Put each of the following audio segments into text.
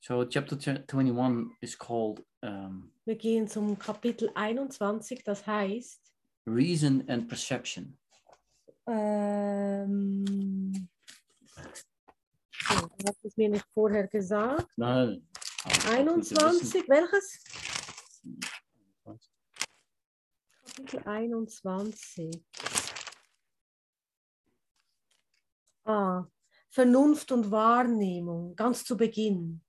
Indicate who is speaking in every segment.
Speaker 1: So chapter 21 is called um,
Speaker 2: Wir gehen zum Kapitel 21, das heißt
Speaker 1: Reason and Perception.
Speaker 2: Ähm, so, du hast es mir nicht vorher gesagt.
Speaker 1: No,
Speaker 2: 21, welches? Kapitel 21. Ah, Vernunft und Wahrnehmung, ganz zu Beginn.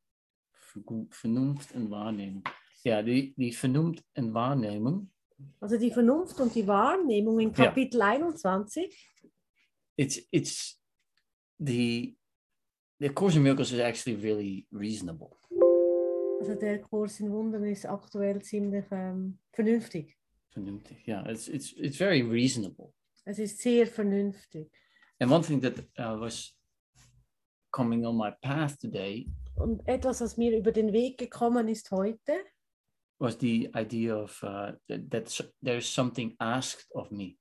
Speaker 1: Vergo- Vernunft en waarneming. Ja, die, die vernunft en waarneming.
Speaker 2: Also die Vernunft und die Wahrnehmung in
Speaker 1: Ja.
Speaker 2: Kapitel 21.
Speaker 1: It's, it's the, the Course in Miracles is actually really reasonable.
Speaker 2: Also der Kurs in Wundern ist aktuell ziemlich ähm, vernünftig.
Speaker 1: Vernunft, yeah, it's, it's, it's very reasonable.
Speaker 2: Es ist sehr vernünftig.
Speaker 1: And one thing that uh, was coming on my path today
Speaker 2: Und etwas, was mir über den Weg gekommen ist heute,
Speaker 1: was the idea of uh, that, that s- there's something asked of me.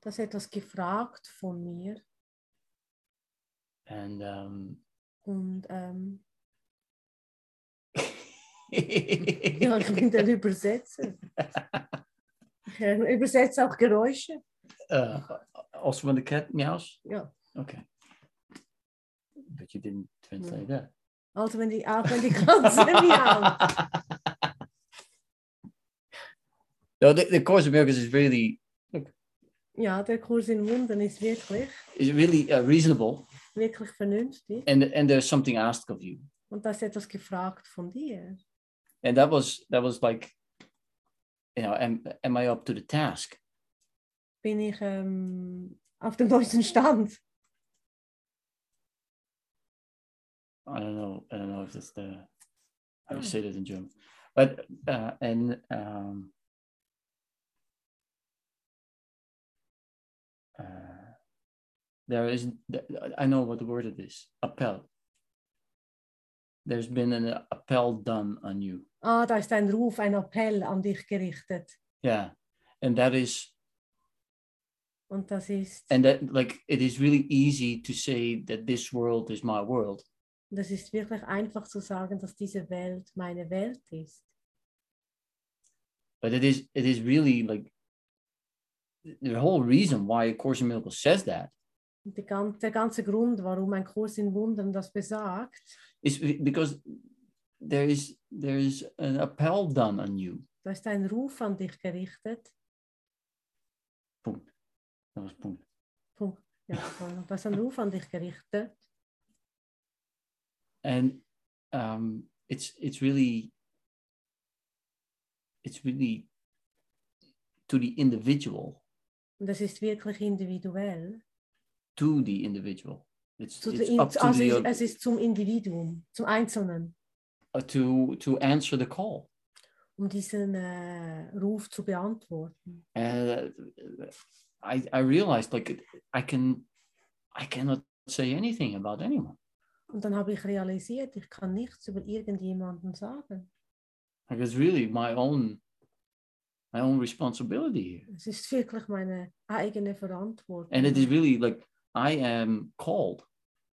Speaker 2: dass etwas gefragt von mir
Speaker 1: And um,
Speaker 2: und ähm, ja, ich
Speaker 1: uh,
Speaker 2: bin der Übersetzer. Ich äh, übersetze auch Geräusche.
Speaker 1: uh, also when the cat meows?
Speaker 2: Ja.
Speaker 1: Okay. But you didn't translate that.
Speaker 2: Also wenn die, auch wenn die Katze miaut.
Speaker 1: no, the, the Course of Miracles is really
Speaker 2: Ja, der Kurs in Wundern ist wirklich,
Speaker 1: is really uh, reasonable,
Speaker 2: wirklich vernünftig.
Speaker 1: and and there's something asked of you,
Speaker 2: Und da ist etwas gefragt von dir.
Speaker 1: and that was that was like, you know, am am I up to the task?
Speaker 2: Bin ich ähm, auf dem neuesten Stand?
Speaker 1: I don't know. I don't know if that's the how
Speaker 2: Oh.
Speaker 1: you say that in German. But uh, and um, uh, there is. th- I know what word it is. Appel. There's been an appel done on you.
Speaker 2: Ah, da ist ein Ruf, ein Appell an dich gerichtet.
Speaker 1: Yeah, and that is
Speaker 2: Und das ist,
Speaker 1: and that like it is really easy to say that this world is my world,
Speaker 2: das ist wirklich einfach zu sagen, dass diese Welt meine Welt ist.
Speaker 1: but it is it is really like the whole reason why A Course in Miracles says that
Speaker 2: Und die gan der ganze Grund, warum ein Kurs in Wundern das besagt,
Speaker 1: is be- because there is there is an appel done on you.
Speaker 2: da ist ein Ruf an dich gerichtet.
Speaker 1: Punkt. Dat was punkt.
Speaker 2: Punkt. Ja, voll. da ist ein Ruf an dich gerichtet.
Speaker 1: And um, it's it's really it's really to the individual,
Speaker 2: Und das ist wirklich individuell.
Speaker 1: to the individual. It's,
Speaker 2: Zu
Speaker 1: it's
Speaker 2: der-
Speaker 1: up to
Speaker 2: also
Speaker 1: the
Speaker 2: es ist zum Individuum, zum Einzelnen,
Speaker 1: uh, to to answer the call.
Speaker 2: um diesen äh, Ruf zu beantworten.
Speaker 1: And uh, I I realized like it- I can I cannot say anything about anyone.
Speaker 2: Und dann habe ich realisiert, ich kann nichts über irgendjemanden sagen.
Speaker 1: Like it's really my own my own responsibility here.
Speaker 2: Es ist wirklich meine eigene Verantwortung.
Speaker 1: And it is really like I am called.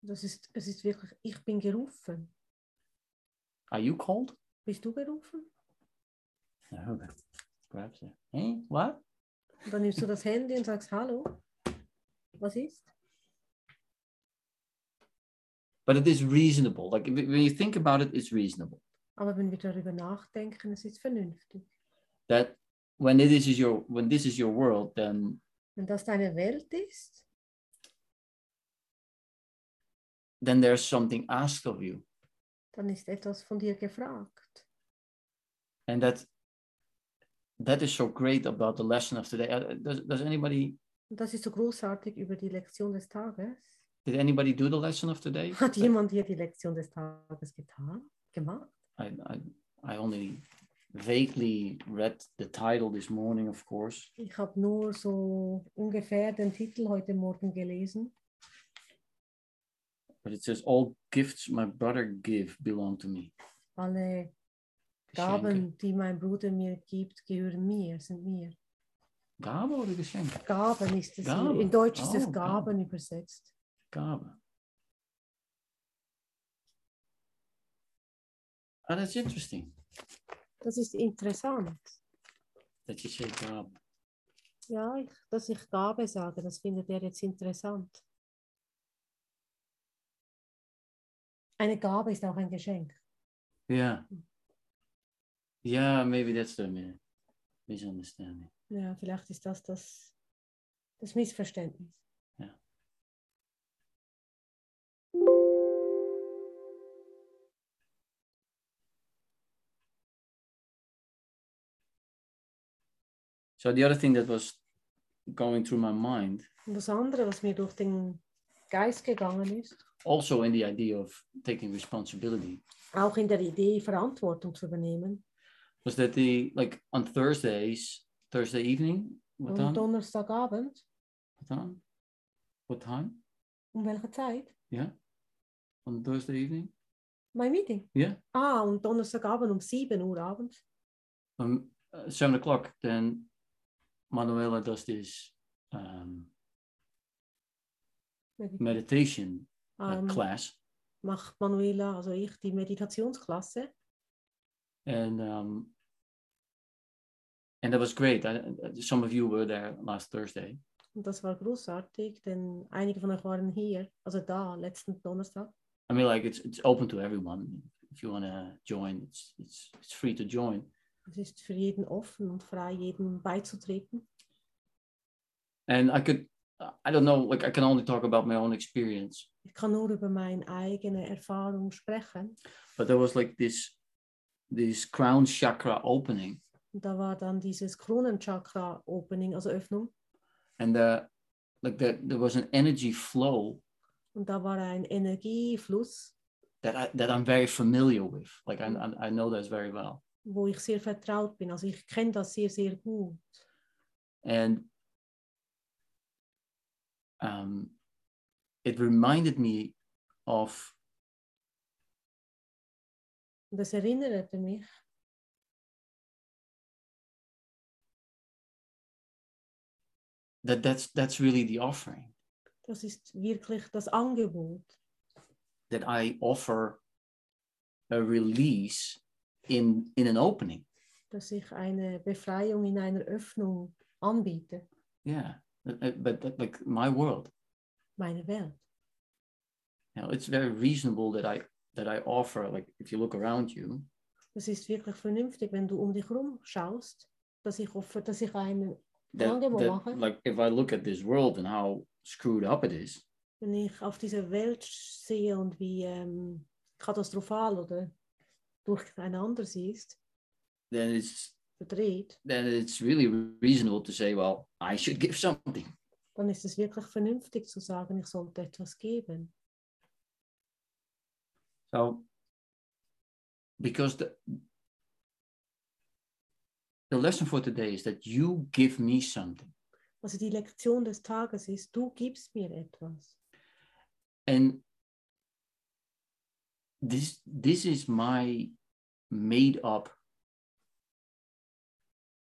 Speaker 2: das ist, es ist wirklich, ich bin gerufen.
Speaker 1: Are you called?
Speaker 2: Bist du gerufen?
Speaker 1: No, but perhaps. uh, Hey, what?
Speaker 2: Und dann nimmst du das Handy und sagst, hallo, was ist?
Speaker 1: But it is reasonable. Like if- when you think about it, it's reasonable
Speaker 2: Aber wenn wir darüber nachdenken, es ist vernünftig.
Speaker 1: that when it is your when this is your world, then
Speaker 2: Wenn das deine Welt ist,
Speaker 1: then there's something asked of you,
Speaker 2: dann ist etwas von dir gefragt.
Speaker 1: and that that is so great about the lesson of today. Uh, Does, does anybody
Speaker 2: Und das ist so großartig über die Lektion des Tages.
Speaker 1: did anybody do the lesson of today?
Speaker 2: Hat jemand hier die Lektion des Tages getan, gemacht?
Speaker 1: I, I I only vaguely read the title this morning, of course.
Speaker 2: Ich habe nur so ungefähr den Titel heute Morgen gelesen.
Speaker 1: But it says, All gifts my brother give belong to me.
Speaker 2: Alle
Speaker 1: Geschenken.
Speaker 2: Gaben, die mein Bruder mir gibt, gehören mir, sind mir.
Speaker 1: Gaben oder Geschenke?
Speaker 2: Gaben ist es.
Speaker 1: Gaben.
Speaker 2: hier. In Deutsch ist
Speaker 1: Oh,
Speaker 2: es
Speaker 1: Gaben.
Speaker 2: Gaben übersetzt.
Speaker 1: Gaben. Oh, that's interesting
Speaker 2: Das ist interessant.
Speaker 1: that you say Gabe.
Speaker 2: Ja, ich, dass ich Gabe sage, das findet er jetzt interessant. Eine Gabe ist auch ein Geschenk.
Speaker 1: Yeah. Yeah, maybe that's the mi- misunderstanding.
Speaker 2: Ja, vielleicht ist das das, das Missverständnis.
Speaker 1: So the other thing that was going through my mind,
Speaker 2: Und das andere, was mir durch den Geist gegangen ist,
Speaker 1: also in the idea of taking responsibility,
Speaker 2: auch in der Idee, Verantwortung zu übernehmen.
Speaker 1: was that the like on Thursdays, Thursday evening, what
Speaker 2: Und
Speaker 1: time?
Speaker 2: Donnerstagabend,
Speaker 1: What time? What time?
Speaker 2: um welche Zeit?
Speaker 1: Yeah. On Thursday evening?
Speaker 2: Mein Meeting.
Speaker 1: Ja.
Speaker 2: Ah, und Donnerstagabend um 7 Uhr abends.
Speaker 1: Um uh, seven o'clock, then Manuela does this um, meditation uh,
Speaker 2: Ähm,
Speaker 1: class.
Speaker 2: macht Manuela, also ich, die Meditationsklasse.
Speaker 1: and um, and that was great. I, I- some of you were there last Thursday,
Speaker 2: Und das war großartig, denn einige von euch waren hier, also da, letzten Donnerstag.
Speaker 1: I mean, like it's it's open to everyone. If you want to join, it's it's it's free to join.
Speaker 2: Es ist für jeden offen und frei, jedem beizutreten.
Speaker 1: And I could, I don't know, like I can only talk about my own experience,
Speaker 2: Ich kann nur über meine eigene Erfahrung sprechen.
Speaker 1: but there was like this this crown chakra opening,
Speaker 2: Und da war dann dieses Kronenchakra-Opening, also Öffnung.
Speaker 1: and the like there there was an energy flow
Speaker 2: Und da war ein Energiefluss,
Speaker 1: that I that I'm very familiar with. Like I I, I know that very well.
Speaker 2: wo ich sehr vertraut bin. Also ich kenne das sehr, sehr gut.
Speaker 1: and um, it reminded me of
Speaker 2: Und das erinnerte mich,
Speaker 1: that that's that's really the offering
Speaker 2: das ist wirklich das Angebot,
Speaker 1: that i offer a release in in an opening
Speaker 2: dass ich eine Befreiung in einer Öffnung anbiete,
Speaker 1: yeah Uh, uh, but that, like my world
Speaker 2: meine Welt.
Speaker 1: you know, it's very reasonable that i that i offer like if you look around you
Speaker 2: Das ist wirklich vernünftig, wenn du um dich herum schaust, dass ich hoffe, dass ich einen,
Speaker 1: that,
Speaker 2: Danke,
Speaker 1: that
Speaker 2: Mama.
Speaker 1: like if i look at this world and how screwed up it is
Speaker 2: wenn ich auf diese Welt sehe und wie ähm, katastrophal oder durcheinander sie ist,
Speaker 1: then it's
Speaker 2: verdreht,
Speaker 1: then it's really reasonable to say well i should give something
Speaker 2: dann ist es wirklich vernünftig zu sagen, ich sollte etwas geben.
Speaker 1: So, because the the lesson for today is that you give me something,
Speaker 2: Also die Lektion des Tages ist, du gibst mir etwas.
Speaker 1: and this this is my made up.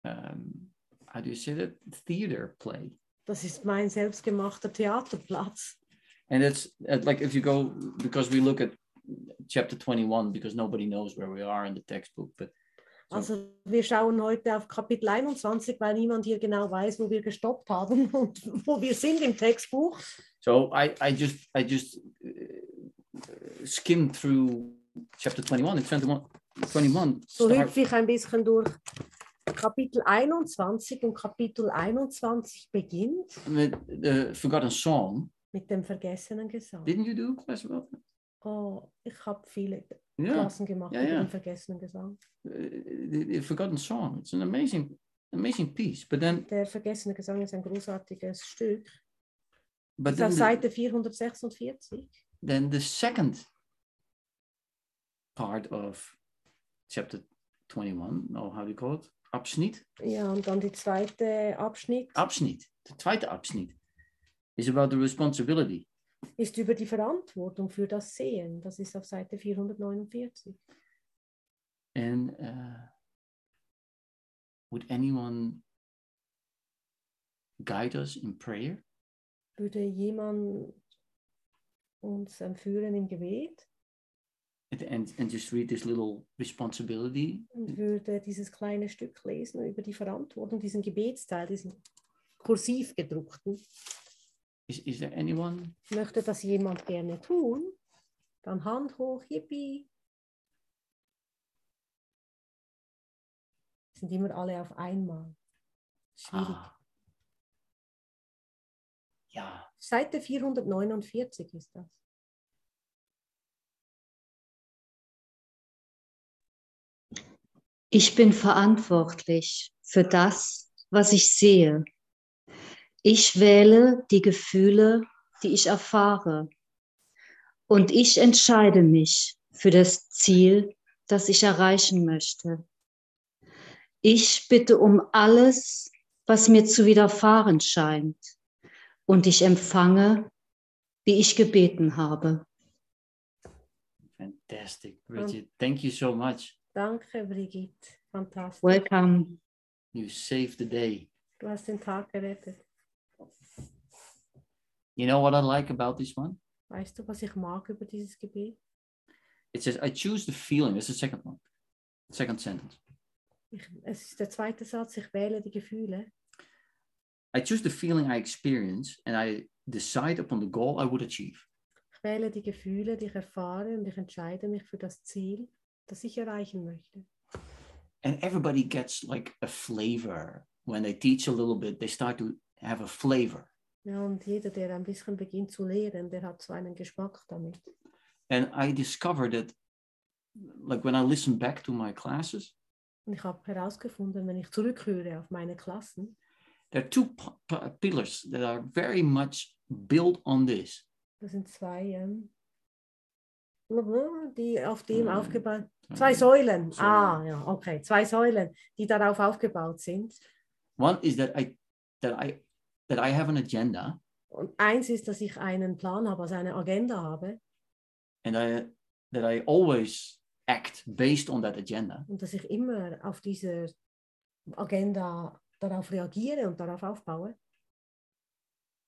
Speaker 1: Um, how do you say that theater play?
Speaker 2: Das ist mein selbstgemachter Theaterplatz.
Speaker 1: And it's uh, like if you go because we look at chapter twenty one because nobody knows where we are in the textbook, but So.
Speaker 2: Also wir schauen heute auf Kapitel 21, weil niemand hier genau weiß, wo wir gestoppt haben und wo wir sind im Textbuch.
Speaker 1: So I, I just I just uh, skimmed through chapter 21 and 21, 21
Speaker 2: So
Speaker 1: start-
Speaker 2: hüpfe ich ein bisschen durch Kapitel 21 und Kapitel 21 beginnt
Speaker 1: with the forgotten song.
Speaker 2: mit dem vergessenen Gesang.
Speaker 1: Didn't you do class about that?
Speaker 2: Oh, ich habe viele
Speaker 1: Yeah,
Speaker 2: Klassen gemacht
Speaker 1: Ja,
Speaker 2: mit
Speaker 1: ja.
Speaker 2: dem vergessenen Gesang.
Speaker 1: uh, the, the forgotten song. It's an amazing amazing piece. But then
Speaker 2: Der vergessene Gesang ist ein großartiges Stück.
Speaker 1: but
Speaker 2: Ist auf
Speaker 1: then the,
Speaker 2: Seite 446.
Speaker 1: then the second part of chapter 21. No, how do you call it? Abschnitt.
Speaker 2: Ja, und dann die zweite Abschnitt
Speaker 1: Abschnitt. The tweede Abschnitt is about the responsibility.
Speaker 2: ist über die Verantwortung für das Sehen. Das ist auf Seite 449.
Speaker 1: And uh, would anyone guide us in prayer?
Speaker 2: Würde jemand uns ähm, führen im Gebet?
Speaker 1: and- and, and just read this little responsibility.
Speaker 2: und würde dieses kleine Stück lesen über die Verantwortung, diesen Gebetsteil, diesen kursiv gedruckten.
Speaker 1: Is, is there anyone?
Speaker 2: Möchte das jemand gerne tun, dann Hand hoch, yippie. Sind immer alle auf einmal. Schwierig.
Speaker 1: Ah. Ja,
Speaker 2: Seite 449 ist das.
Speaker 3: Ich bin verantwortlich für das, was ich sehe. Ich wähle die Gefühle, die ich erfahre. Und ich entscheide mich für das Ziel, das ich erreichen möchte. Ich bitte um alles, was mir zu widerfahren scheint. Und ich empfange, wie ich gebeten habe.
Speaker 1: fantastic, Bridget. Thank you so much.
Speaker 2: Danke, Brigitte. Fantastisch.
Speaker 3: Welcome.
Speaker 1: You saved the day.
Speaker 2: Du hast den Tag gerettet.
Speaker 1: You know what I like about this one?
Speaker 2: Weißt du, was ich mag über dieses Gebet?
Speaker 1: It says, I choose the feeling. That's the second one. Second sentence.
Speaker 2: Ich, es ist der zweite Satz, ich wähle die Gefühle.
Speaker 1: I choose the feeling I experience and I decide upon the goal I would achieve.
Speaker 2: Ich wähle die Gefühle, die ich erfahre und ich entscheide mich für das Ziel, das ich erreichen möchte.
Speaker 1: And everybody gets like a flavor. When they teach a little bit, they start to have a flavor.
Speaker 2: Ja, und jeder, der ein bisschen beginnt zu lehren, der hat so einen Geschmack damit.
Speaker 1: And I discovered that, like, when I listen back to my classes,
Speaker 2: Und ich habe herausgefunden, wenn ich zurückhöre auf meine Klassen,
Speaker 1: there are two p- p- pillars that are very much built on this.
Speaker 2: das sind zwei, ähm, blablabla, die auf dem
Speaker 1: Mhm.
Speaker 2: aufgebaut Zwei Säulen.
Speaker 1: Säulen.
Speaker 2: Ah, ja, okay. Zwei Säulen, die darauf aufgebaut sind.
Speaker 1: One is that I that I that I have an agenda
Speaker 2: Und eins ist, dass ich einen Plan habe, also eine Agenda habe
Speaker 1: and I that I always act based on that agenda.
Speaker 2: und dass ich immer auf diese Agenda darauf reagiere und darauf aufbaue,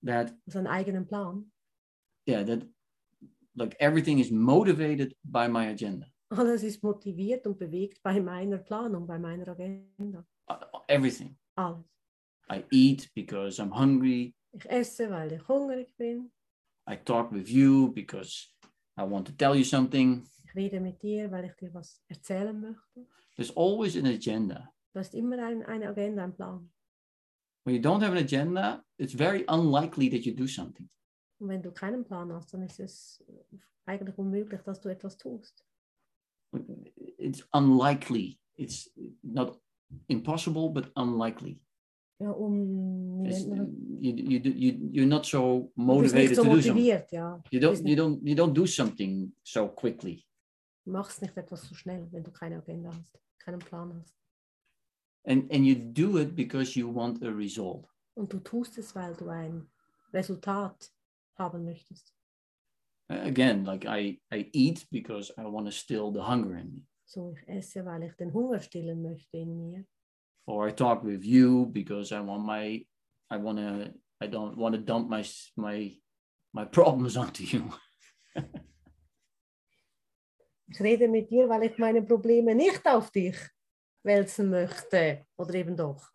Speaker 1: That
Speaker 2: also einen eigenen Plan.
Speaker 1: yeah, that like everything is motivated by my agenda.
Speaker 2: Alles ist motiviert und bewegt bei meiner Planung, bei meiner Agenda.
Speaker 1: Uh, Everything.
Speaker 2: Alles.
Speaker 1: I eat because I'm hungry.
Speaker 2: Ich esse, weil ich hungrig bin.
Speaker 1: I talk with you because I want to tell you something.
Speaker 2: Ich rede mit dir, weil ich dir was erzählen möchte.
Speaker 1: There's always an agenda.
Speaker 2: Du hast immer ein, eine Agenda, einen Plan.
Speaker 1: When you don't have an agenda, it's very unlikely that you do something.
Speaker 2: Und wenn du keinen Plan hast, dann ist es eigentlich unmöglich, dass du etwas tust.
Speaker 1: It's unlikely. It's not impossible, but unlikely.
Speaker 2: Ja, um,
Speaker 1: It's- you, you, do- you, you're not so
Speaker 2: du bist nicht
Speaker 1: äh, motivated
Speaker 2: so
Speaker 1: to do something.
Speaker 2: motiviert, ja.
Speaker 1: You
Speaker 2: bist
Speaker 1: don't,
Speaker 2: nicht-
Speaker 1: you, don't, you don't do something so quickly.
Speaker 2: Du machst nicht etwas so schnell, wenn du keine Agenda hast, keinen Plan hast.
Speaker 1: And, and you do it because you want a result.
Speaker 2: Und du tust es, weil du ein Resultat haben möchtest.
Speaker 1: Uh, Again, like I, I eat because I want to still the hunger in me.
Speaker 2: So, ich esse, weil ich den Hunger stillen möchte in mir.
Speaker 1: Or I talk with you because I want my, I want to, I don't want to dump my, s- my, my problems onto you.
Speaker 2: Ich rede mit dir, weil ich meine Probleme nicht auf dich wälzen möchte. Oder eben doch.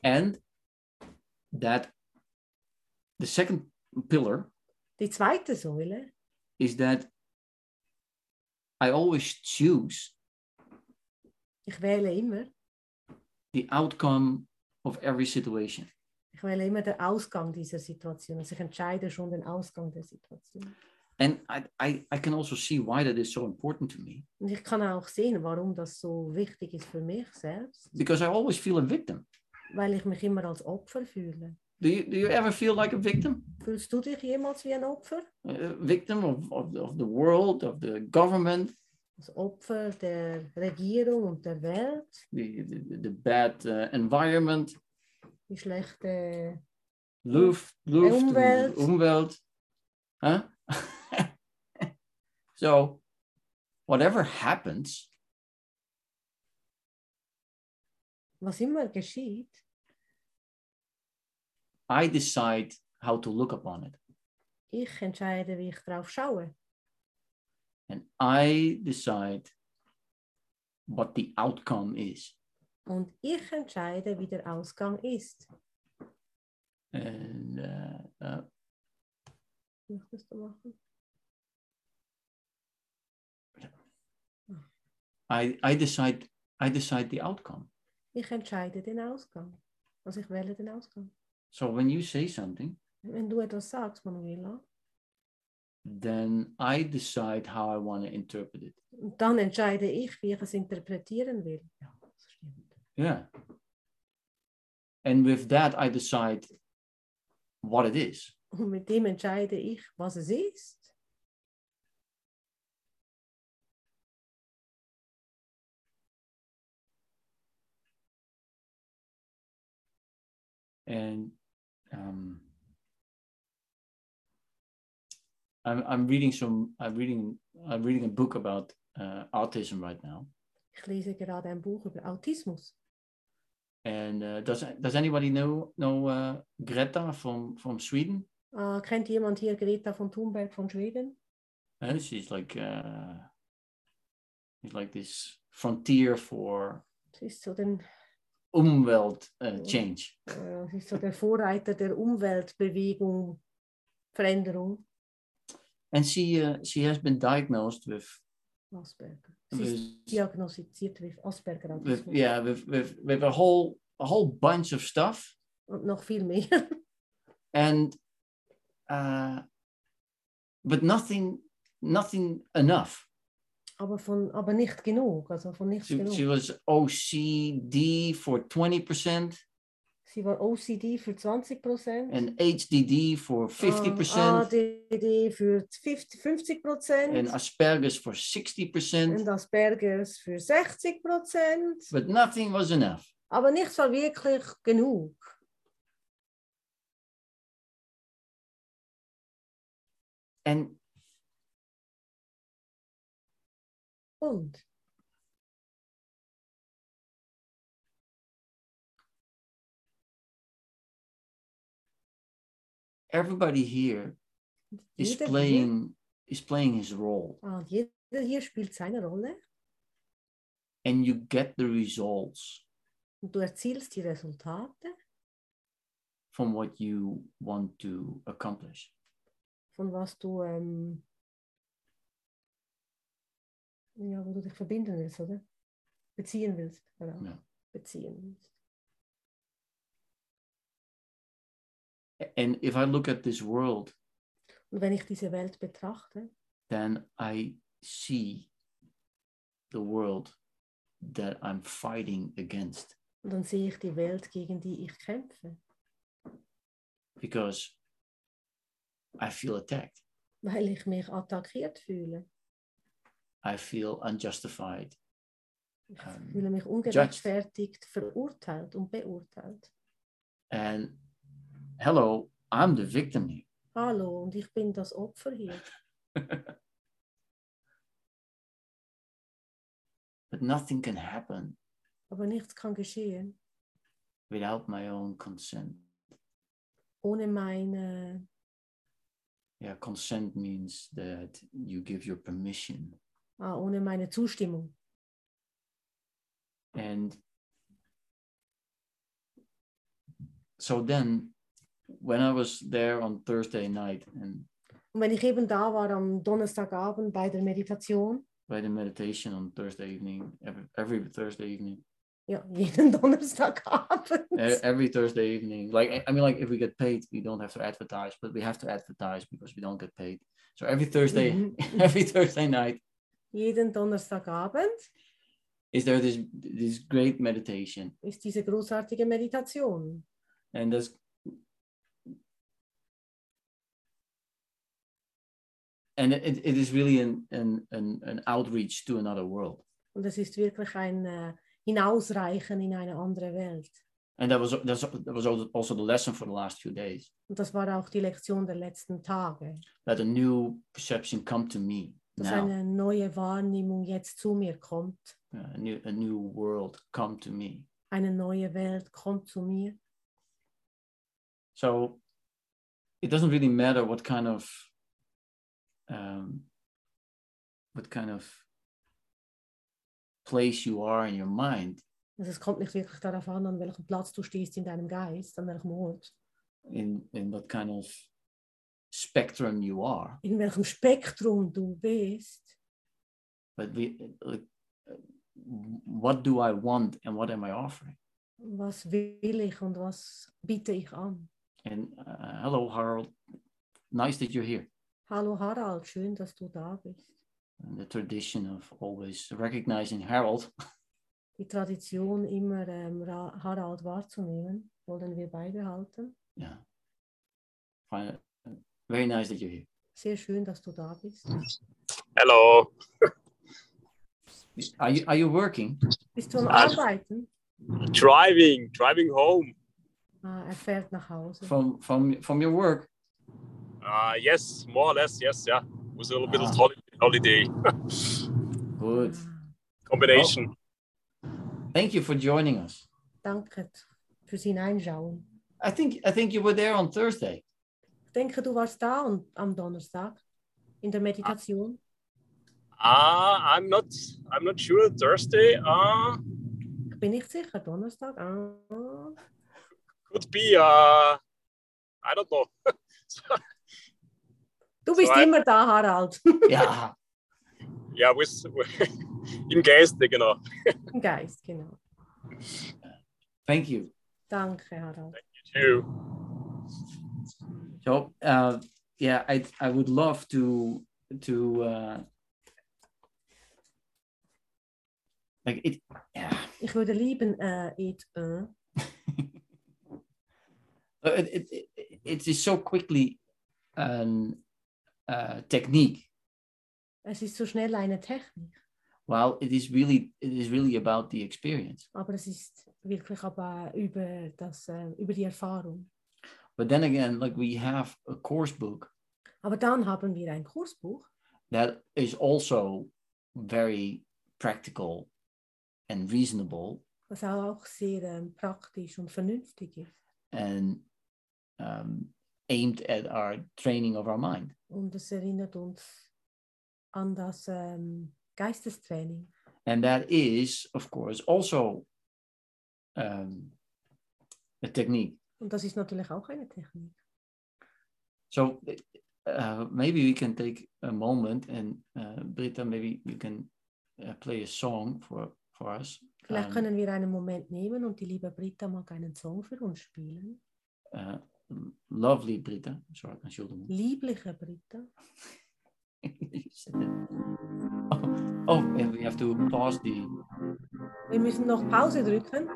Speaker 1: And that the second pillar
Speaker 2: Die zweite Säule,
Speaker 1: is that I always choose
Speaker 2: ich wähle immer,
Speaker 1: the outcome of every situation.
Speaker 2: ich wähle immer den Ausgang dieser Situation. Also ich entscheide schon den Ausgang der Situation.
Speaker 1: And I, I, I can also see why that is so important to me
Speaker 2: Und ich kann auch sehen, warum das so wichtig ist für mich selbst,
Speaker 1: because I always feel a victim.
Speaker 2: weil ich mich immer als Opfer fühle.
Speaker 1: Do you, do you ever feel like a victim?
Speaker 2: Fühlst du dich jemals wie ein Opfer?
Speaker 1: A victim of, of, of the world, of the government,
Speaker 2: Als Opfer der Regierung und der Welt,
Speaker 1: the, the, the bad uh, environment,
Speaker 2: die schlechte,
Speaker 1: Luft, Luft,
Speaker 2: Umwelt.
Speaker 1: Umwelt. Huh? so, whatever happens,
Speaker 2: was immer geschieht.
Speaker 1: I decide how to look upon it.
Speaker 2: Ich entscheide, wie ich drauf schaue.
Speaker 1: and I decide what the outcome is.
Speaker 2: Und ich entscheide, wie der Ausgang ist.
Speaker 1: And uh, uh,
Speaker 2: Möchtest du machen?
Speaker 1: I, I decide I decide the outcome.
Speaker 2: Ich entscheide den Ausgang. Also ich wähle den Ausgang.
Speaker 1: So when you say something,
Speaker 2: Wenn du etwas sagst, Manuela,
Speaker 1: then I decide how I want to interpret it.
Speaker 2: dann entscheide ich, wie ich es interpretieren will. Ja, das stimmt.
Speaker 1: Yeah. And with that, I decide what it is.
Speaker 2: Und mit dem entscheide ich, was es ist.
Speaker 1: And um, I'm, I'm reading some. I'm reading. I'm reading a book about uh, autism right now.
Speaker 2: Ich lese gerade ein Buch über Autismus.
Speaker 1: And uh, does does anybody know know uh, Greta from from Sweden?
Speaker 2: Äh, kennt jemand hier Greta von Thunberg von Schweden?
Speaker 1: And Eh, she's like uh, she's like this frontier for
Speaker 2: Sie ist so, den,
Speaker 1: umwelt uh,
Speaker 2: Mm.
Speaker 1: change.
Speaker 2: äh, sie ist so der Vorreiter der Umweltbewegung, Veränderung.
Speaker 1: And she uh, she has been diagnosed with,
Speaker 2: Asperger. Sie
Speaker 1: with,
Speaker 2: ist diagnostiziert mit Asperger.
Speaker 1: with
Speaker 2: Autismus.
Speaker 1: yeah with, with with a whole a whole bunch of stuff.
Speaker 2: Und noch viel mehr.
Speaker 1: and uh, but nothing nothing enough
Speaker 2: aber, von, aber nicht genug. Also von nichts
Speaker 1: she,
Speaker 2: genug.
Speaker 1: she was ocd for 20%
Speaker 2: sie war OCD für 20 Prozent.
Speaker 1: and hdd for 50%
Speaker 2: Ähm, Oh, ADD für 50, 50
Speaker 1: and
Speaker 2: Prozent.
Speaker 1: asperger's for 60%
Speaker 2: Und Aspergers für 60 Prozent.
Speaker 1: but nothing was enough
Speaker 2: Aber nichts war wirklich genug.
Speaker 1: and
Speaker 2: Und
Speaker 1: everybody here is
Speaker 2: jeder, hier,
Speaker 1: playing is playing his role
Speaker 2: ah, jeder hier spielt seine Rolle.
Speaker 1: and you get the results
Speaker 2: Und du erzielst die Resultate
Speaker 1: from what you want to accomplish
Speaker 2: von was du, ähm, ja, wo du dich verbinden willst, oder? Beziehen willst. Genau.
Speaker 1: Ja.
Speaker 2: Beziehen willst.
Speaker 1: and if i look at this world
Speaker 2: Und wenn ich diese Welt betrachte,
Speaker 1: then I see the world that I'm fighting against
Speaker 2: dann sehe ich die Welt, gegen die ich kämpfe,
Speaker 1: because I feel attacked.
Speaker 2: weil ich mich attackiert fühle.
Speaker 1: I feel unjustified.
Speaker 2: Ich
Speaker 1: Ähm,
Speaker 2: fühle mich ungerechtfertigt, verurteilt und beurteilt.
Speaker 1: And hello, I'm the victim here.
Speaker 2: Hallo, und ich bin das Opfer hier.
Speaker 1: But nothing can happen
Speaker 2: Aber nichts kann geschehen
Speaker 1: without my own consent.
Speaker 2: ohne meine.
Speaker 1: Yeah, consent means that you give your permission.
Speaker 2: Ah, ohne meine Zustimmung.
Speaker 1: And so then, when I was there on Thursday night and
Speaker 2: Und wenn ich eben da war am Donnerstagabend bei der Meditation,
Speaker 1: we had a meditation on Thursday evening, every, every Thursday evening,
Speaker 2: ja, jeden Donnerstagabend,
Speaker 1: e- every Thursday evening. Like, I- I mean, like if we get paid, we don't have to advertise, but we have to advertise because we don't get paid. So every Thursday,
Speaker 2: Mhm.
Speaker 1: every Thursday night,
Speaker 2: jeden Donnerstagabend
Speaker 1: is there this this great meditation,
Speaker 2: ist diese großartige Meditation.
Speaker 1: and that's and it, it is really an, an an an outreach to another world.
Speaker 2: Und es ist wirklich ein äh, Hinausreichen in eine andere Welt.
Speaker 1: And that was that's, that was also also the lesson for the last few days.
Speaker 2: Und das war auch die Lektion der letzten Tage,
Speaker 1: Let a new perception come to me
Speaker 2: dass
Speaker 1: now.
Speaker 2: eine neue Wahrnehmung jetzt zu mir kommt.
Speaker 1: uh, a new a new world come to me
Speaker 2: Eine neue Welt kommt zu mir.
Speaker 1: so it doesn't really matter what kind of um, what kind of place you are in your mind,
Speaker 2: Also es kommt nicht wirklich darauf an, an welchem Platz du stehst in deinem Geist, an welchem Ort,
Speaker 1: in, in what kind of spectrum you are.
Speaker 2: in welchem Spektrum du bist,
Speaker 1: But we, like, what do I want and what am I offering?
Speaker 2: was will ich und was biete ich an.
Speaker 1: And uh, hello, Harold. Nice that you're here.
Speaker 2: Hallo Harald, schön, dass du da bist.
Speaker 1: And the tradition of always recognizing Harold
Speaker 2: Die Tradition, immer ähm, Ra- Harald wahrzunehmen, wollen wir beibehalten.
Speaker 1: Yeah. Fine. Very nice that you're here.
Speaker 2: Sehr schön, dass du da bist.
Speaker 4: Hello.
Speaker 1: Are you, are you working?
Speaker 2: Bist du am
Speaker 4: Also-
Speaker 2: Arbeiten?
Speaker 4: Driving, driving home.
Speaker 2: Ah, er fährt nach Hause.
Speaker 1: From from from your work?
Speaker 4: Uh, yes, more or less. Yes, yeah. Was a little bit of
Speaker 1: Ah.
Speaker 4: holi- holiday
Speaker 1: Good.
Speaker 2: Ah,
Speaker 4: combination.
Speaker 1: Thank you for joining us.
Speaker 2: danke fürs Hineinschauen.
Speaker 1: I think I think you were there on Thursday.
Speaker 2: Ich denke, du warst da und, am Donnerstag in der Meditation.
Speaker 4: Uh, I'm not. I'm not sure. Thursday. Uh,
Speaker 2: Ich bin nicht sicher, Donnerstag? Ah,
Speaker 4: could be. Uh, I don't know.
Speaker 2: Du bist
Speaker 4: Zwei.
Speaker 2: immer da, Harald.
Speaker 1: Yeah.
Speaker 4: yeah, with, with in case they you know.
Speaker 2: Im Geist, genau.
Speaker 1: Thank you.
Speaker 2: Danke, Harald.
Speaker 4: Too.
Speaker 1: So uh, yeah, I I would love to to uh, like it. Yeah,
Speaker 2: Ich würde lieben, äh, it, äh,
Speaker 1: Uh, it it, it, it is so quickly an uh, technique.
Speaker 2: es ist so schnell eine Technik,
Speaker 1: Well, it is really it is really about the experience.
Speaker 2: aber es ist wirklich aber über, das, äh, über die Erfahrung.
Speaker 1: But then again, like we have a course book
Speaker 2: Aber dann haben wir ein Kursbuch,
Speaker 1: that is also very practical and reasonable
Speaker 2: was auch sehr ähm, praktisch und vernünftig ist.
Speaker 1: and um, aimed at our training of our mind.
Speaker 2: Und es erinnert uns an das ähm, Geistestraining.
Speaker 1: And that is, of course, also um, a technique.
Speaker 2: Und das ist natürlich auch eine Technik.
Speaker 1: So uh, maybe we can take a moment and uh, Britta, maybe you can uh, play a song for, for us.
Speaker 2: Vielleicht
Speaker 1: Um,
Speaker 2: können wir einen Moment nehmen und die liebe Britta mag einen Song für uns spielen.
Speaker 1: uh, lovely Britta. Sorry, I should have.
Speaker 2: Liebliche Britta.
Speaker 1: oh, oh, and we have to pause the.
Speaker 2: Wir müssen noch Pause drücken.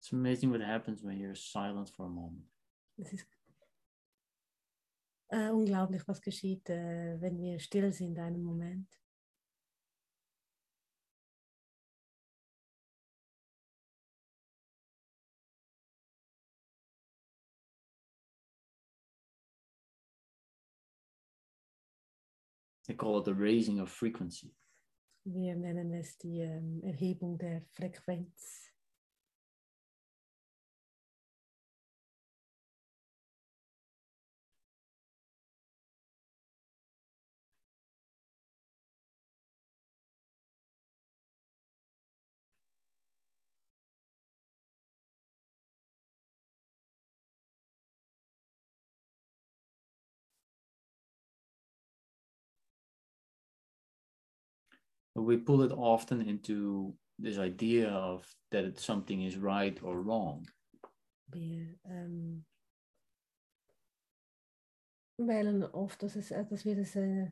Speaker 1: It's amazing what happens when you're silent for a moment.
Speaker 2: Es ist äh, unglaublich, was geschieht, äh, wenn wir still sind einen Moment.
Speaker 1: They call it the raising of frequency.
Speaker 2: Wir nennen es die ähm, Erhebung der Frequenz.
Speaker 1: But we pull it often into this idea of that it, something is right or wrong.
Speaker 2: Wir ähm, wählen oft, dass, es, äh, dass wir das äh,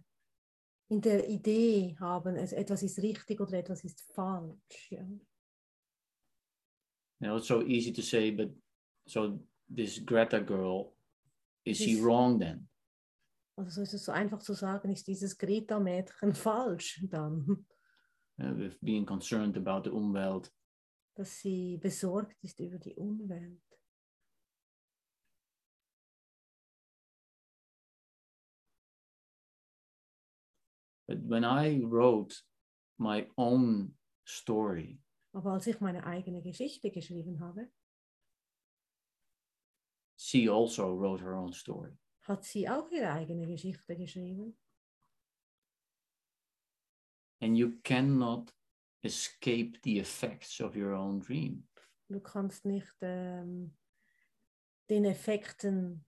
Speaker 2: in der Idee haben, es, etwas ist richtig oder etwas ist falsch. Ja.
Speaker 1: You know, it's so easy to say, but so this Greta girl, is she
Speaker 2: This-
Speaker 1: wrong then?
Speaker 2: Also so ist es so einfach zu sagen, ist dieses Greta-Mädchen falsch dann,
Speaker 1: Uh, with being concerned about the umwelt
Speaker 2: dass sie besorgt ist über die Umwelt.
Speaker 1: But when I wrote my own story,
Speaker 2: Aber als ich meine eigene Geschichte geschrieben habe,
Speaker 1: she also wrote her own story.
Speaker 2: hat sie auch ihre eigene Geschichte geschrieben.
Speaker 1: And you cannot escape the effects of your own dream.
Speaker 2: Du kannst nicht ähm, den Effekten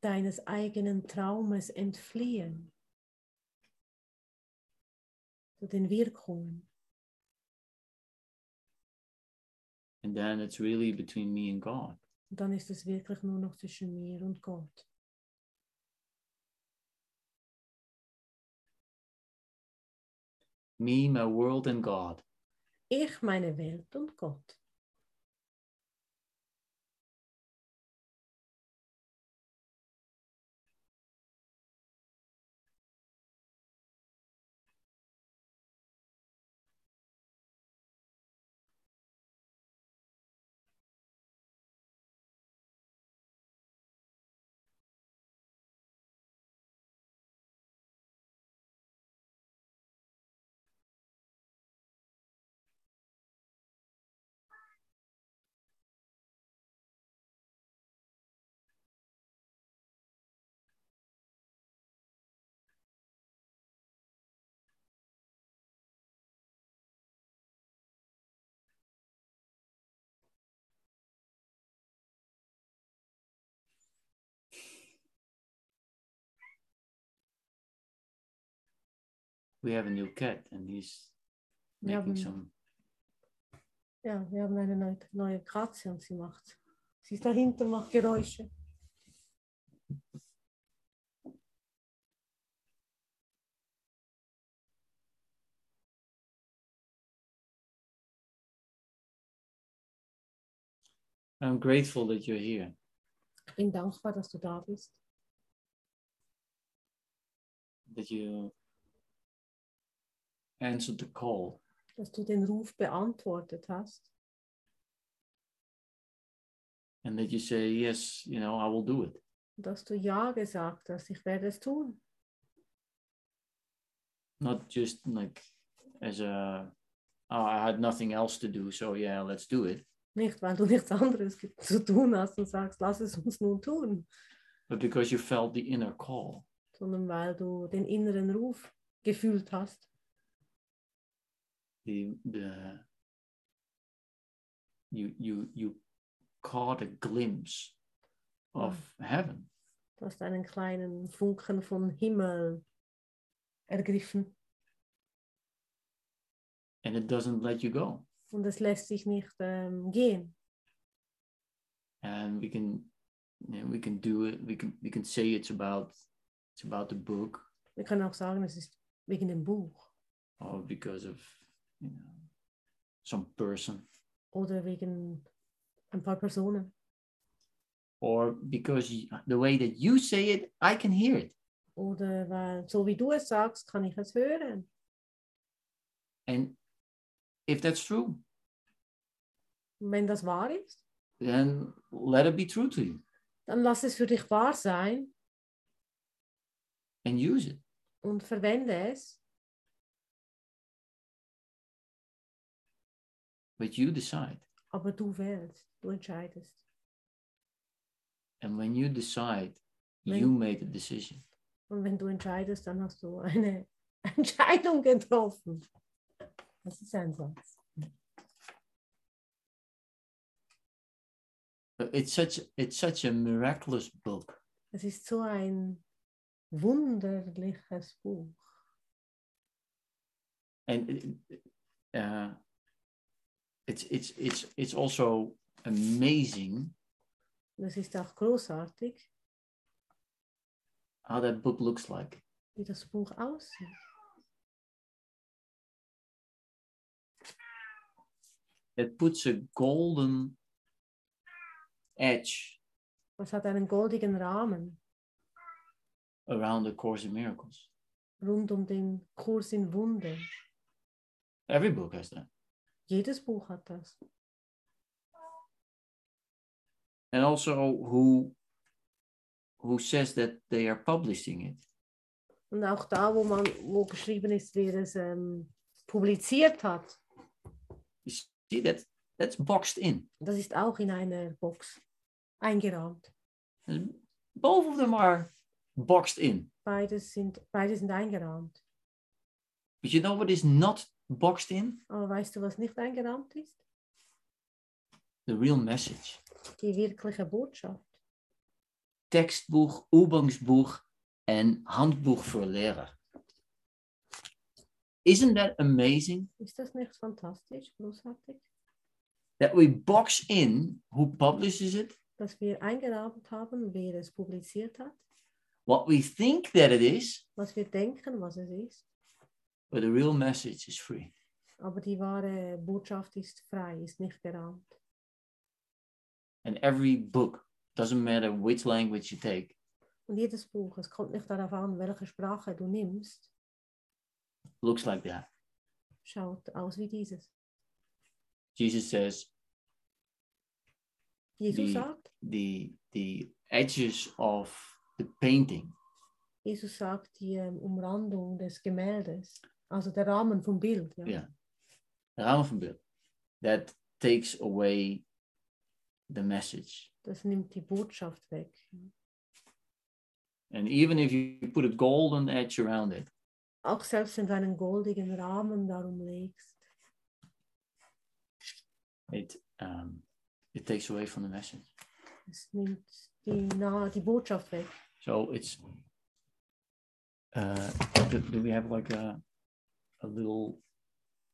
Speaker 2: deines eigenen Traumes entfliehen. Zu den Wirkungen.
Speaker 1: And then it's really between me and God.
Speaker 2: Und dann ist es wirklich nur noch zwischen mir und Gott.
Speaker 1: Me, my world, and God.
Speaker 2: Ich, meine Welt und Gott.
Speaker 1: We have a new cat, and he's making
Speaker 2: Wir haben,
Speaker 1: some.
Speaker 2: ja, wir haben eine neue, neue Katze und sie macht, sie ist dahinter, macht Geräusche.
Speaker 1: I'm grateful that you're here.
Speaker 2: Ich bin dankbar, dass du da bist,
Speaker 1: that you answered the call
Speaker 2: dass du den Ruf beantwortet hast
Speaker 1: and that you say, Yes, you know, I will do it.
Speaker 2: und dass du Ja gesagt hast. Ich werde es tun.
Speaker 1: Not just like as a, oh, I had nothing else to do, so yeah, let's do it.
Speaker 2: Nicht, weil du nichts anderes ge- zu tun hast und sagst, lass es uns nun tun,
Speaker 1: But because you felt the inner call.
Speaker 2: sondern weil du den inneren Ruf gefühlt hast,
Speaker 1: The, the, you, you, you caught a glimpse of heaven.
Speaker 2: du hast einen kleinen Funken von Himmel ergriffen
Speaker 1: And it doesn't let you go.
Speaker 2: und es lässt sich nicht ähm, gehen.
Speaker 1: And we can, you know, we can do it. We can, we can say it's about, it's about the book,
Speaker 2: Wir können auch sagen, es ist wegen dem Buch
Speaker 1: or because of you know some person
Speaker 2: oder wegen ein paar Personen
Speaker 1: or because y- the way that you say it i can hear it
Speaker 2: oder weil, so wie du es sagst, kann ich es hören.
Speaker 1: and if that's true
Speaker 2: Und wenn das wahr ist,
Speaker 1: then let it be true to you
Speaker 2: dann lass es für dich wahr sein
Speaker 1: and use it
Speaker 2: und verwende es,
Speaker 1: but you decide
Speaker 2: aber du wählst, du entscheidest.
Speaker 1: and when you decide
Speaker 2: Right.
Speaker 1: you made a decision
Speaker 2: Und wenn du entscheidest, dann hast du eine Entscheidung getroffen. Das ist ein Satz.
Speaker 1: But it's such it's such a miraculous book
Speaker 2: Es ist so ein wunderliches Buch.
Speaker 1: and uh, it's it's it's it's also amazing
Speaker 2: Und es ist auch großartig,
Speaker 1: how that book looks like
Speaker 2: wie das Buch aussieht.
Speaker 1: it puts a golden edge
Speaker 2: Es hat einen goldigen Rahmen
Speaker 1: around the course in miracles
Speaker 2: rund um den Kurs in Wunder.
Speaker 1: every book has that
Speaker 2: Jedes Buch hat das.
Speaker 1: and also who who says that they are publishing it
Speaker 2: Und auch da, wo man, wo geschrieben ist, wer es ähm, publiziert hat,
Speaker 1: You see, that's, that's boxed in.
Speaker 2: das ist auch in einer Box eingerahmt.
Speaker 1: And both of them are boxed in.
Speaker 2: Beides sind, beide sind eingerahmt.
Speaker 1: But you know what is not boxed in?
Speaker 2: Aber weißt du, was nicht eingerahmt ist?
Speaker 1: The real message.
Speaker 2: Die wirkliche Botschaft.
Speaker 1: Tekstbuch, Oebangsbuch en Handbuch voor Lehrer. Isn't that amazing
Speaker 2: Ist das nicht fantastisch, großartig?
Speaker 1: that we box in who publishes it,
Speaker 2: Dass wir eingerahmt haben, wer es publiziert hat,
Speaker 1: what we think that it is,
Speaker 2: was wir denken, was es ist.
Speaker 1: but the real message is free.
Speaker 2: Aber die wahre Botschaft ist frei, ist nicht gerahmt.
Speaker 1: And every book, doesn't matter which language you take,
Speaker 2: Und jedes Buch, es kommt nicht darauf an, welche Sprache du nimmst,
Speaker 1: looks like that.
Speaker 2: schaut aus wie dieses.
Speaker 1: Jesus says
Speaker 2: Jesus
Speaker 1: Die-
Speaker 2: sagt,
Speaker 1: the the edges of the painting
Speaker 2: Jesus sagt die ähm, Umrandung des Gemäldes, also der Rahmen vom Bild. Ja.
Speaker 1: Ja. ramen van beeld that takes away the message
Speaker 2: Das nimmt die Botschaft weg.
Speaker 1: and even if you put a golden edge around it
Speaker 2: Auch selbst wenn du einen goldigen Rahmen darum legst,
Speaker 1: it um, it takes away from the message
Speaker 2: es nimmt die, Na die Botschaft weg.
Speaker 1: so it's uh, do, do we have like a a little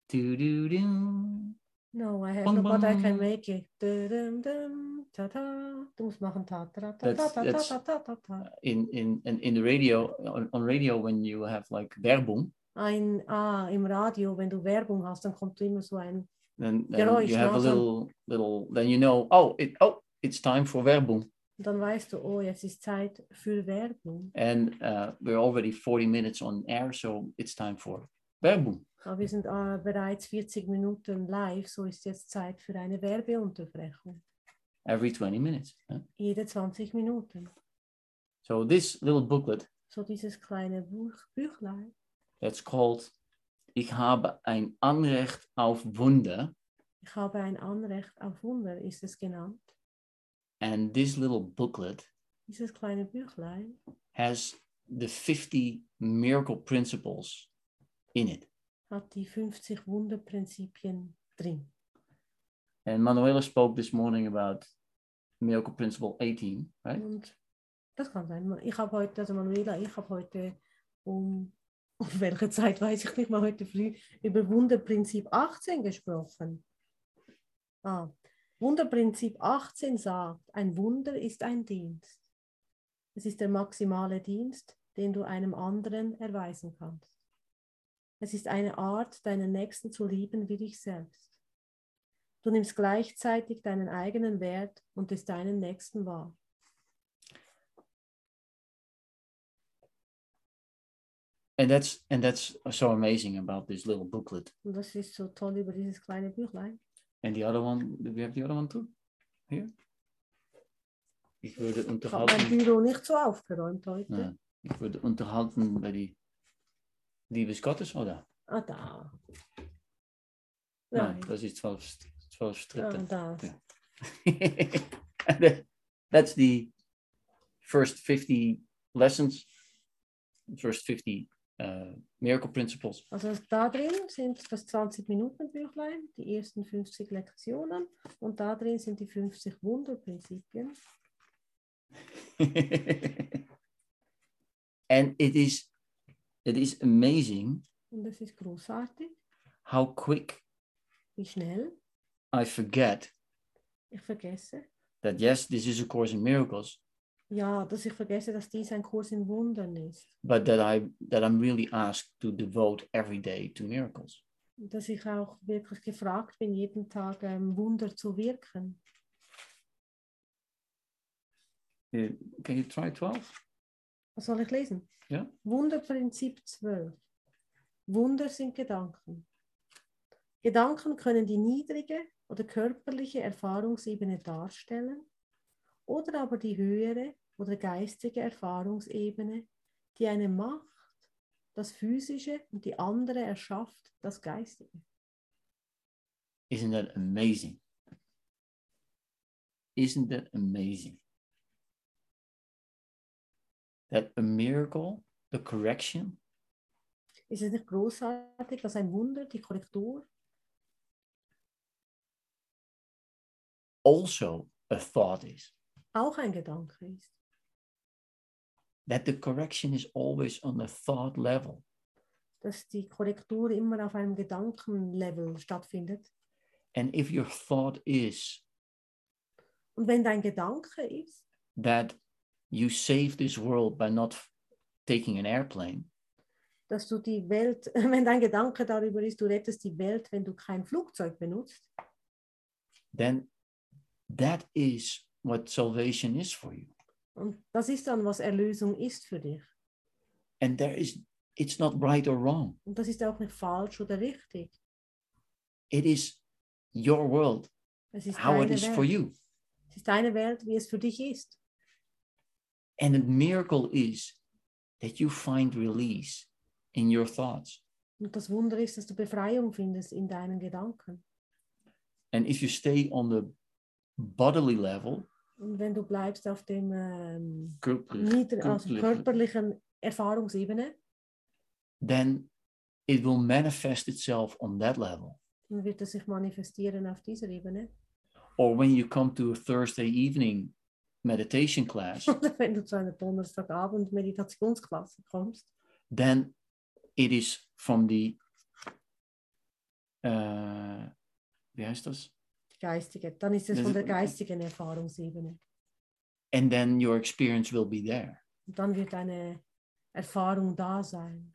Speaker 1: do do do
Speaker 2: No, I have
Speaker 1: Bam,
Speaker 2: no, but I
Speaker 1: bam.
Speaker 2: can make it. Dum, dum, ta, ta. Du musst machen. Ta, ta, ta, ta,
Speaker 1: That's-
Speaker 2: ta,
Speaker 1: that's-
Speaker 2: ta, ta, ta, ta.
Speaker 1: in in in, in the radio on, on radio when you have like werbung
Speaker 2: Ein, ah, Im Radio, wenn du Werbung hast, dann kommt immer so ein
Speaker 1: then,
Speaker 2: Ja,
Speaker 1: then
Speaker 2: no,
Speaker 1: you
Speaker 2: it's
Speaker 1: have a
Speaker 2: not on-
Speaker 1: little little then you know oh it oh it's time for werbung
Speaker 2: Und dann weißt du, oh, jetzt ist Zeit für Werbung.
Speaker 1: and uh, we're already 40 minutes on air so it's time for werbung
Speaker 2: Aber wir sind äh, bereits 40 Minuten live, so ist jetzt Zeit für eine Werbeunterbrechung.
Speaker 1: every 20 minutes huh?
Speaker 2: Jede 20 Minuten.
Speaker 1: so this little booklet
Speaker 2: So dieses kleine Buch, Büchlein,
Speaker 1: that's called ich habe ein anrecht auf wunder
Speaker 2: ich habe ein Anrecht auf Wunder, ist es genannt.
Speaker 1: and this little booklet
Speaker 2: Dieses kleine Büchlein
Speaker 1: has the 50 miracle principles in it
Speaker 2: hat die 50 Wunderprinzipien drin.
Speaker 1: and manuela spoke this morning about miracle principle 18 right
Speaker 2: Und das kann sein. Ich habe heute, also Manuela, ich habe heute um, um welche Zeit weiß ich nicht mal, heute früh über Wunderprinzip 18 gesprochen. Ah, Wunderprinzip 18 sagt, ein Wunder ist ein Dienst. Es ist der maximale Dienst, den du einem anderen erweisen kannst. Es ist eine Art, deinen Nächsten zu lieben wie dich selbst. Du nimmst gleichzeitig deinen eigenen Wert und des deinen Nächsten wahr.
Speaker 1: and that's and that's so amazing about this little booklet
Speaker 2: Und das ist so toll über dieses kleine Büchlein.
Speaker 1: And the other one, do we have the other one too? Here? Ich würde
Speaker 2: Ich habe mein
Speaker 1: unterhalten,
Speaker 2: Büro nicht so aufgeräumt heute.
Speaker 1: Ja, ich würde unterhalten bei die Liebes Gottes, oder?
Speaker 2: Ah, da.
Speaker 1: Nein,
Speaker 2: Nein.
Speaker 1: das ist 12, 12
Speaker 2: Ah,
Speaker 1: Stritte.
Speaker 2: da.
Speaker 1: Ja. And that- That's the first 50 lessons, first 50 uh, miracle principles.
Speaker 2: Also das- da drin sind das 20-Minuten-Büchlein, die ersten 50 Lektionen und da drin sind die 50 Wunderprinzipien.
Speaker 1: And it is, it is amazing
Speaker 2: Und das ist großartig,
Speaker 1: how quick
Speaker 2: wie schnell
Speaker 1: I forget
Speaker 2: ich vergesse.
Speaker 1: that yes, this is a course in miracles,
Speaker 2: Ja, dass ich vergesse, dass dies ein Kurs in Wundern ist.
Speaker 1: but that I that I'm really asked to devote every day to miracles.
Speaker 2: Und Dass ich auch wirklich gefragt bin, jeden Tag ähm, Wunder zu wirken.
Speaker 1: Uh, Can you try twelve?
Speaker 2: Was soll ich lesen?
Speaker 1: Ja.
Speaker 2: Wunderprinzip 12. Wunder sind Gedanken. Gedanken können die niedrige oder körperliche Erfahrungsebene darstellen oder aber die höhere oder geistige Erfahrungsebene, die eine Macht das Physische und die andere erschafft das Geistige.
Speaker 1: Isn't that amazing? Isn't that amazing? That a miracle, the correction,
Speaker 2: Ist es nicht großartig, dass ein Wunder, die Korrektur,
Speaker 1: also a thought is.
Speaker 2: auch ein Gedanke ist?
Speaker 1: That the correction is always on the thought level.
Speaker 2: Dass die Korrektur immer auf einem Gedankenlevel stattfindet.
Speaker 1: And if your thought is
Speaker 2: Und wenn dein Gedanke ist,
Speaker 1: that you save this world by not f- taking an airplane,
Speaker 2: dass du die Welt, wenn dein Gedanke darüber ist, du rettest die Welt, wenn du kein Flugzeug benutzt,
Speaker 1: then that is what salvation is for you.
Speaker 2: und das ist dann, was Erlösung ist für dich.
Speaker 1: And there is, it's not right or wrong.
Speaker 2: Und das ist auch nicht falsch oder richtig.
Speaker 1: It is your world,
Speaker 2: Es ist,
Speaker 1: how it
Speaker 2: deine
Speaker 1: is for
Speaker 2: Welt.
Speaker 1: you.
Speaker 2: es ist deine Welt, wie es für dich ist.
Speaker 1: And the miracle is that you find release in your thoughts.
Speaker 2: Und das Wunder ist, dass du Befreiung findest in deinen Gedanken.
Speaker 1: And if you stay on the bodily level,
Speaker 2: Und wenn du bleibst auf dem ähm,
Speaker 1: Mm-hmm.
Speaker 2: nieder, also
Speaker 1: then
Speaker 2: körperlichen Erfahrungsebene,
Speaker 1: it will manifest itself on that level.
Speaker 2: dann wird es sich manifestieren auf dieser Ebene.
Speaker 1: Or when you come to a Thursday evening meditation class,
Speaker 2: Oder wenn du zu einer Donnerstagabend Meditationsklasse kommst,
Speaker 1: then it is from the uh, wie heißt das?
Speaker 2: geistige, dann ist es
Speaker 1: Das
Speaker 2: von
Speaker 1: ist-
Speaker 2: der geistigen Erfahrungsebene.
Speaker 1: And then your experience will be there.
Speaker 2: Und dann wird eine Erfahrung da sein.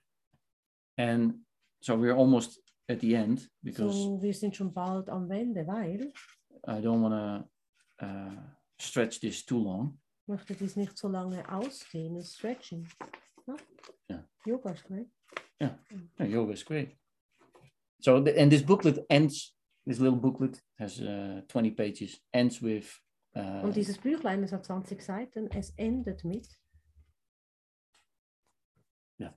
Speaker 1: And so we're almost at the end because
Speaker 2: So, wir sind schon bald am Ende, weil
Speaker 1: I don't want to uh, stretch this too long.
Speaker 2: ich möchte dies nicht so lange ausdehnen, stretchen. Ne?
Speaker 1: Ja.
Speaker 2: Yoga, ne?
Speaker 1: No, yoga is great. So, the, and this booklet ends, this little booklet has uh, 20 pages, ends with uh,
Speaker 2: Und dieses Büchlein, das hat 20 Seiten, es endet mit.
Speaker 1: Ja.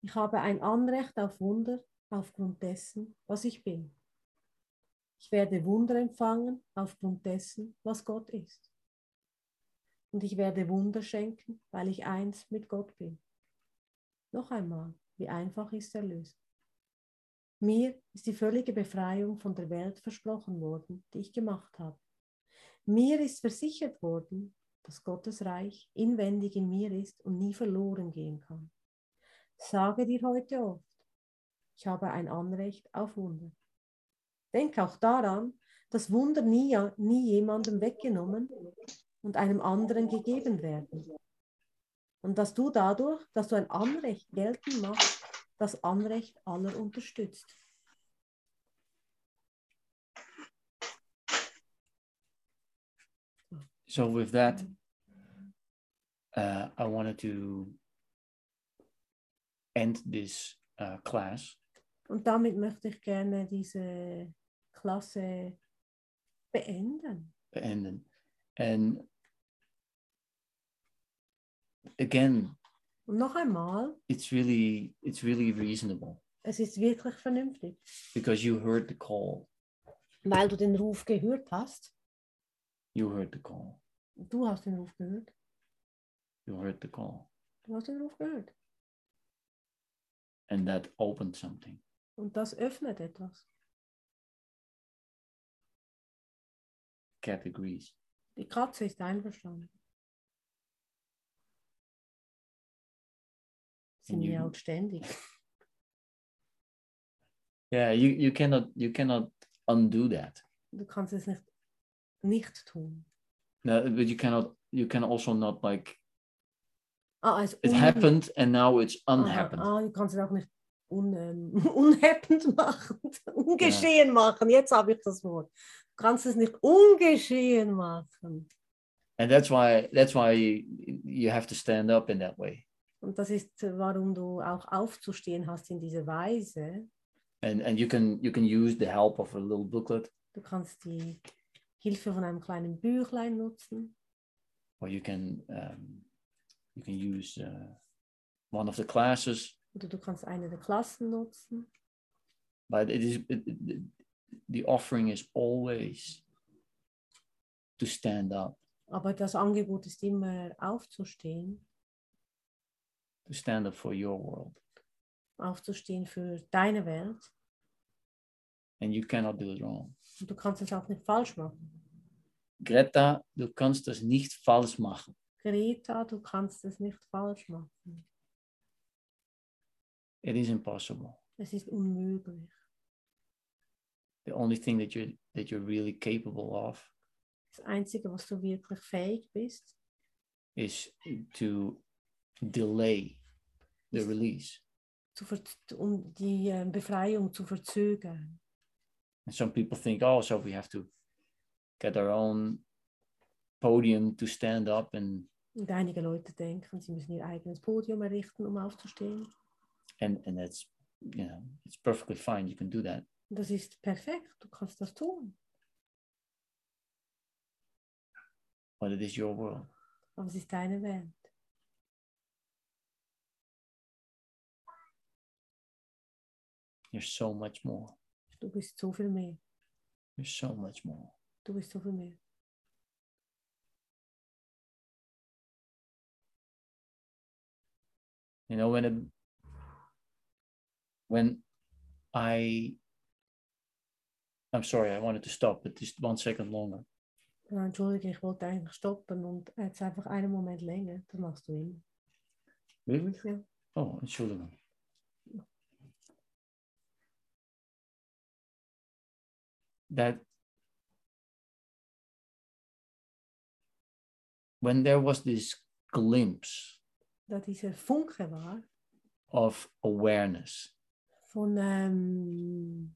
Speaker 2: Ich habe ein Anrecht auf Wunder aufgrund dessen, was ich bin. Ich werde Wunder empfangen aufgrund dessen, was Gott ist. Und ich werde Wunder schenken, weil ich eins mit Gott bin. Noch einmal, wie einfach ist Erlösung. Mir ist die völlige Befreiung von der Welt versprochen worden, die ich gemacht habe. Mir ist versichert worden, dass Gottes Reich inwendig in mir ist und nie verloren gehen kann. Sage dir heute oft, ich habe ein Anrecht auf Wunder. Denk auch daran, dass Wunder nie, nie jemandem weggenommen und einem anderen gegeben werden. Und dass du dadurch, dass du ein Anrecht geltend machst, das Anrecht aller unterstützt.
Speaker 1: so with that, uh, I wanted to end this uh, class.
Speaker 2: Und damit möchte ich gerne diese Klasse beenden.
Speaker 1: and and again
Speaker 2: Und noch einmal,
Speaker 1: it's really it's really reasonable
Speaker 2: es ist wirklich vernünftig,
Speaker 1: because you heard the call
Speaker 2: weil du den Ruf gehört hast.
Speaker 1: you heard the call
Speaker 2: Du hast den Ruf gehört.
Speaker 1: you heard the call
Speaker 2: Du hast den Ruf gehört.
Speaker 1: and that opened something
Speaker 2: Und das öffnet etwas.
Speaker 1: cat agrees
Speaker 2: Die Katze ist einverstanden. Sie
Speaker 1: Und
Speaker 2: miaut
Speaker 1: Jugend.
Speaker 2: ständig.
Speaker 1: yeah you you cannot you cannot undo that
Speaker 2: Du kannst es nicht, nicht tun.
Speaker 1: no, but you cannot you can also not like
Speaker 2: Ah, also
Speaker 1: it
Speaker 2: un-
Speaker 1: happened and now it's
Speaker 2: Aha,
Speaker 1: unhappened
Speaker 2: ah, du kannst es auch nicht un, ähm, unhappend machen, ungeschehen machen. Jetzt habe ich das Wort. Du kannst es nicht ungeschehen machen.
Speaker 1: and that's why that's why you, you have to stand up in that way
Speaker 2: Und das ist, äh, warum du auch aufzustehen hast in dieser Weise.
Speaker 1: and and you can you can use the help of a little booklet
Speaker 2: Du kannst die Hilfe von einem kleinen Büchlein nutzen
Speaker 1: or you can um, you can use uh, one of the classes
Speaker 2: Oder du kannst eine der Klassen nutzen.
Speaker 1: But it is it, it, the offering is always to stand up,
Speaker 2: Aber das Angebot ist immer aufzustehen.
Speaker 1: to stand up for your world,
Speaker 2: Aufzustehen für deine Welt.
Speaker 1: and you cannot do it wrong.
Speaker 2: Und du kannst es auch nicht falsch machen.
Speaker 1: Greta, du kannst das nicht falsch machen.
Speaker 2: Greta, du kannst es nicht falsch machen.
Speaker 1: It is impossible.
Speaker 2: Es ist unmöglich.
Speaker 1: The only thing that you're that you're really capable of
Speaker 2: Das Einzige, was du wirklich fähig bist,
Speaker 1: is to delay the release.
Speaker 2: zu ver- um die äh, Befreiung zu verzögern.
Speaker 1: And some people think, oh, so we have to get our own podium to stand up and
Speaker 2: Und einige Leute denken, sie müssen ihr eigenes Podium errichten, um aufzustehen.
Speaker 1: and and that's you know it's perfectly fine. You can do that,
Speaker 2: Und das ist perfekt, du kannst das tun.
Speaker 1: but it is your world.
Speaker 2: Aber es ist deine Welt.
Speaker 1: You're so much more.
Speaker 2: Du bist so viel mehr.
Speaker 1: You're so much more.
Speaker 2: Du bist so viel mehr.
Speaker 1: You know when it, when I I'm sorry, I wanted to stop, but just one second longer.
Speaker 2: Ja, Entschuldige, ich wollte eigentlich stoppen und jetzt einfach einen Moment länger. Das machst du immer.
Speaker 1: Really?
Speaker 2: Ja.
Speaker 1: Oh, Entschuldigung. That when there was this glimpse
Speaker 2: Da dieser Funke war
Speaker 1: of awareness,
Speaker 2: von ähm,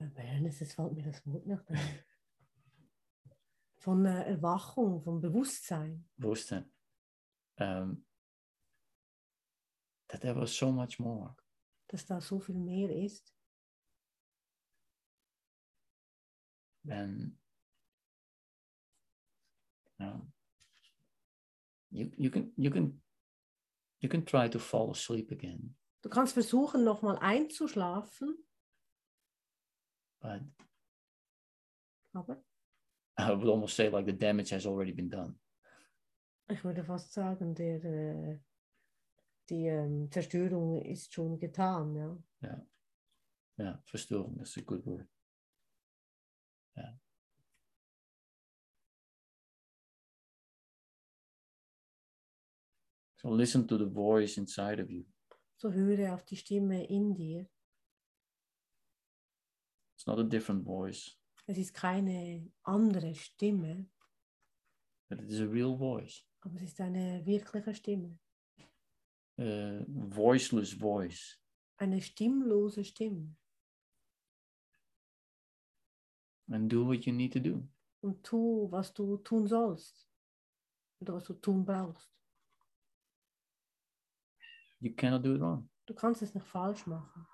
Speaker 2: Awareness, es fällt mir das Wort nicht ein. Von äh, Erwachung, von Bewusstsein,
Speaker 1: Rosten, um, that there was so much more.
Speaker 2: dass da so viel mehr ist.
Speaker 1: then um, you you can you can you can try to fall asleep again,
Speaker 2: Du kannst versuchen, nochmal einzuschlafen,
Speaker 1: but
Speaker 2: aber
Speaker 1: I would almost say like the damage has already been done.
Speaker 2: ich würde fast sagen, der, äh, die ähm, Zerstörung ist schon getan. Ja?
Speaker 1: Yeah, verstoring. That's a good word. Yeah. So listen to the voice inside of you.
Speaker 2: So höre auf die Stimme in dir.
Speaker 1: It's not a different voice,
Speaker 2: Es ist keine andere Stimme,
Speaker 1: but it is a real voice,
Speaker 2: aber es ist eine wirkliche Stimme.
Speaker 1: a voiceless voice.
Speaker 2: Eine stimmlose Stimme.
Speaker 1: and do what you need to do.
Speaker 2: Und tu, was du tun sollst. Oder was du tun brauchst.
Speaker 1: You cannot do it wrong.
Speaker 2: Du kannst es nicht falsch machen.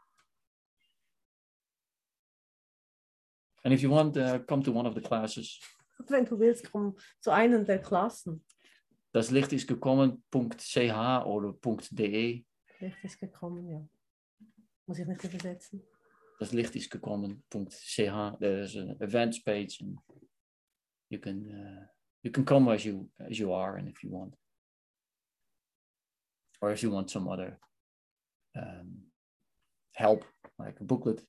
Speaker 1: And if you want, uh, come to one of the classes.
Speaker 2: Und wenn du willst, komm zu einem der Klassen.
Speaker 1: Das Licht is gekommen.ch oder .de.
Speaker 2: Vielleicht ist gekommen, ja. Muss ich nicht übersetzen.
Speaker 1: Das Licht is gekommen.ch. There's an events page, and you can uh, you can come as you as you are, and if you want, or if you want some other um, help, like a booklet,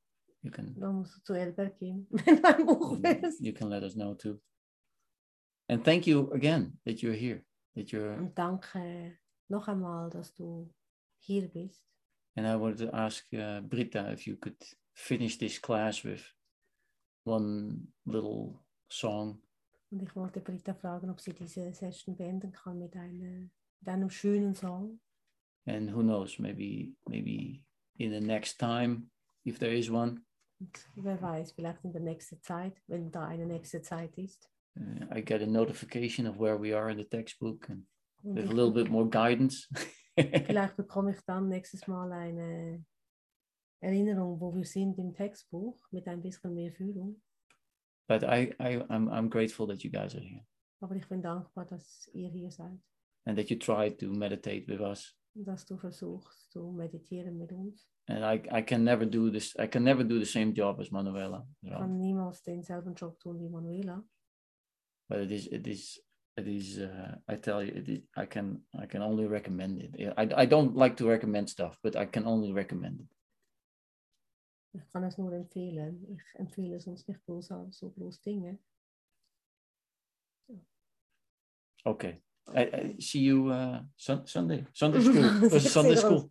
Speaker 1: you can
Speaker 2: Dann musst du zu Elbert gehen, wenn du ein Buch willst.
Speaker 1: you can let us know too. And thank you again that you're here, that you're
Speaker 2: Und danke noch einmal, dass du hier bist.
Speaker 1: And I wanted to ask uh, Britta if you could finish this class with one little song.
Speaker 2: Und ich wollte Britta fragen, ob sie diese Session beenden kann mit, einer, mit einem schönen Song.
Speaker 1: And who knows, maybe maybe in the next time, if there is one,
Speaker 2: Und wer weiß, vielleicht in der nächsten Zeit, wenn da eine nächste Zeit ist.
Speaker 1: uh, I get a notification of where we are in the textbook and
Speaker 2: Und
Speaker 1: with a
Speaker 2: ich,
Speaker 1: little bit more guidance.
Speaker 2: vielleicht bekomme ich dann nächstes Mal eine Erinnerung, wo wir sind im Textbuch mit ein bisschen mehr Führung.
Speaker 1: but I, I I'm I'm grateful that you guys are here
Speaker 2: Aber ich bin dankbar, dass ihr hier seid
Speaker 1: and that you try to meditate with us
Speaker 2: dass du versuchst zu meditieren mit uns.
Speaker 1: And I, I can never do this. I can never do the same job as Manuela. you
Speaker 2: Ich
Speaker 1: know.
Speaker 2: kann niemals denselben Job tun wie Manuela.
Speaker 1: But it is it is it is. Uh, I tell you, it is, I can I can only recommend it. Yeah, I I don't like to recommend stuff, but I can only recommend it.
Speaker 2: Ich kann es nur empfehlen. Ich empfehle sonst nicht bloß so bloß Dinge.
Speaker 1: Okay. I, I see you uh, sun, Sunday. Sunday school. Uh, Sunday school.